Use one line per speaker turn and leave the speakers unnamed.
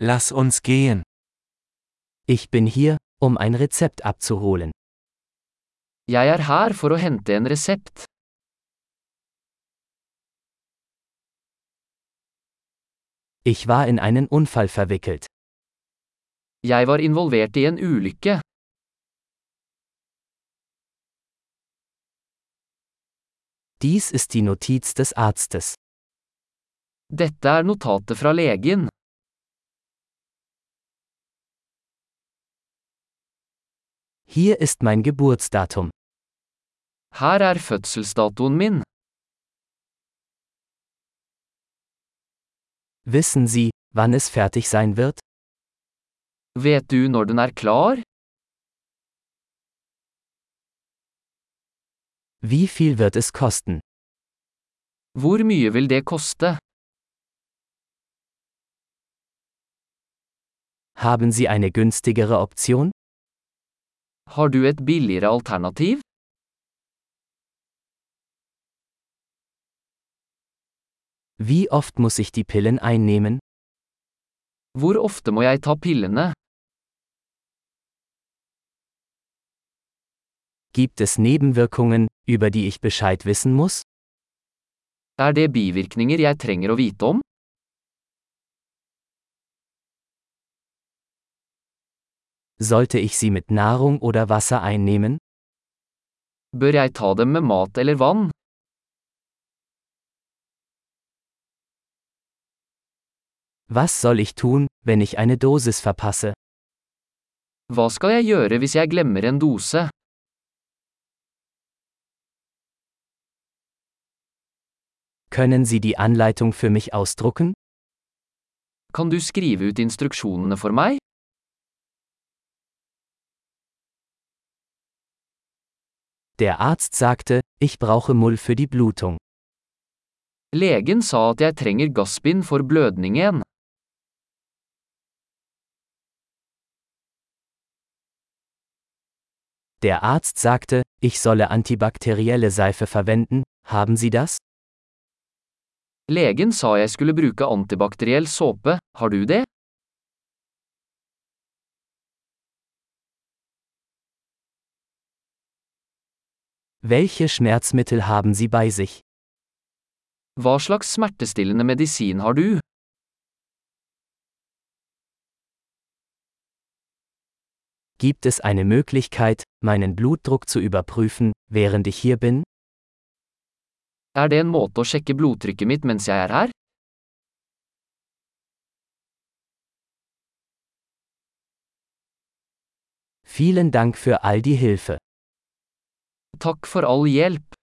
Lass uns gehen.
Ich bin hier, um ein Rezept abzuholen.
Jeg er her for å hente en resept.
Ich war in einen Unfall verwickelt.
Jeg var involvert i en ulykke.
Dies ist die Notiz des Arztes.
Dette er notatet fra legen.
Hier ist mein Geburtsdatum.
Her er fødselsdatoen min.
Wissen Sie, wann es fertig sein wird?
Vet du når den er klar?
Wie viel wird es kosten?
Hvor mye vil det koste?
Haben Sie eine günstigere Option?
Har du et billigere alternativ?
Wie oft muss ich die Pillen einnehmen?
Hvor ofte må jeg ta pillene?
Gibt es Nebenwirkungen, über die ich Bescheid wissen muss?
Er det bivirkninger jeg trenger å vite om?
Sollte ich sie mit Nahrung oder Wasser einnehmen?
Bør jeg ta dem med mat eller vann?
Was soll ich tun, wenn ich eine Dosis verpasse?
Hva skal jeg gjøre hvis jeg glemmer en dose?
Können Sie die Anleitung für mich ausdrucken?
Kan du skrive ut instruksjonene for meg?
Der Arzt sagte, ich brauche Mull für die Blutung.
Legen sa at jeg trenger gassbind for blødningen.
Der Arzt sagte, ich solle antibakterielle Seife verwenden, haben Sie das?
Legen sa jeg skulle bruke antibakteriell såpe, har du det?
Welche Schmerzmittel haben Sie bei sich?
Hva slags smertestillende medisin har du?
Gibt es eine Möglichkeit, meinen Blutdruck zu überprüfen, während ich hier bin?
Er det en måte å sjekke blodtrykket mitt mens jeg er her?
Vielen Dank für all die Hilfe.
Takk for all hjelp.